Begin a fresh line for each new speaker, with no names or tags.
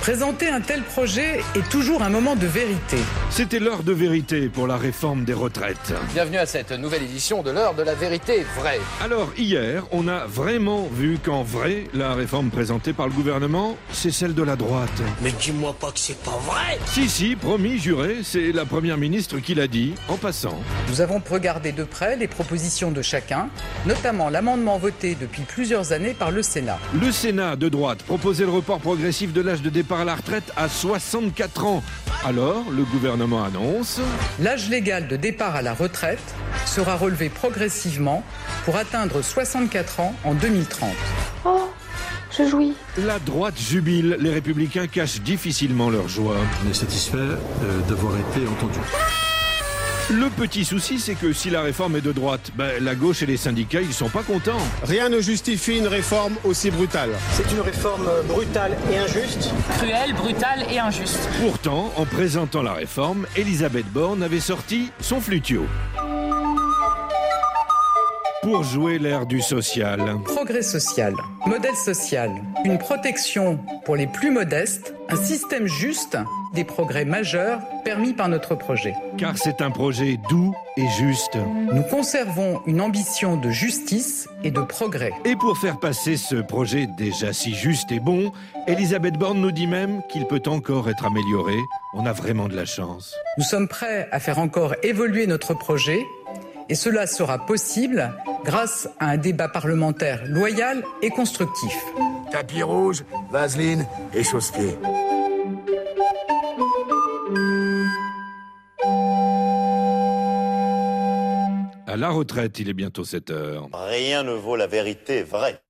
Présenter un tel projet est toujours un moment de vérité.
C'était l'heure de vérité pour la réforme des retraites.
Bienvenue à cette nouvelle édition de l'heure de la vérité vraie.
Alors hier, on a vraiment vu qu'en vrai, la réforme présentée par le gouvernement, c'est celle de la droite.
Mais dis-moi pas que c'est pas vrai
Si, si, promis, juré, c'est la première ministre qui l'a dit, en passant.
Nous avons regardé de près les propositions de chacun, notamment l'amendement voté depuis plusieurs années par le Sénat.
Le Sénat de droite proposait le report progressif de l'âge de départ à la retraite à 64 ans. Alors, le gouvernement annonce
L'âge légal de départ à la retraite sera relevé progressivement pour atteindre 64 ans en 2030.
Oh, je jouis.
La droite jubile, les républicains cachent difficilement leur joie.
On est satisfait euh, d'avoir été entendu.
Le petit souci, c'est que si la réforme est de droite, ben, la gauche et les syndicats, ils sont pas contents.
Rien ne justifie une réforme aussi brutale.
C'est une réforme brutale et injuste.
Cruelle, brutale et injuste.
Pourtant, en présentant la réforme, Elisabeth Borne avait sorti son flutio. Pour jouer l'ère du social.
Progrès social, modèle social, une protection pour les plus modestes, un système juste, des progrès majeurs permis par notre projet.
Car c'est un projet doux et juste.
Nous conservons une ambition de justice et de progrès.
Et pour faire passer ce projet déjà si juste et bon, Elisabeth Borne nous dit même qu'il peut encore être amélioré. On a vraiment de la chance.
Nous sommes prêts à faire encore évoluer notre projet et cela sera possible grâce à un débat parlementaire loyal et constructif.
Tapis rouge, vaseline et chausse-pied.
À la retraite, il est bientôt 7 heures.
Rien ne vaut la vérité vraie.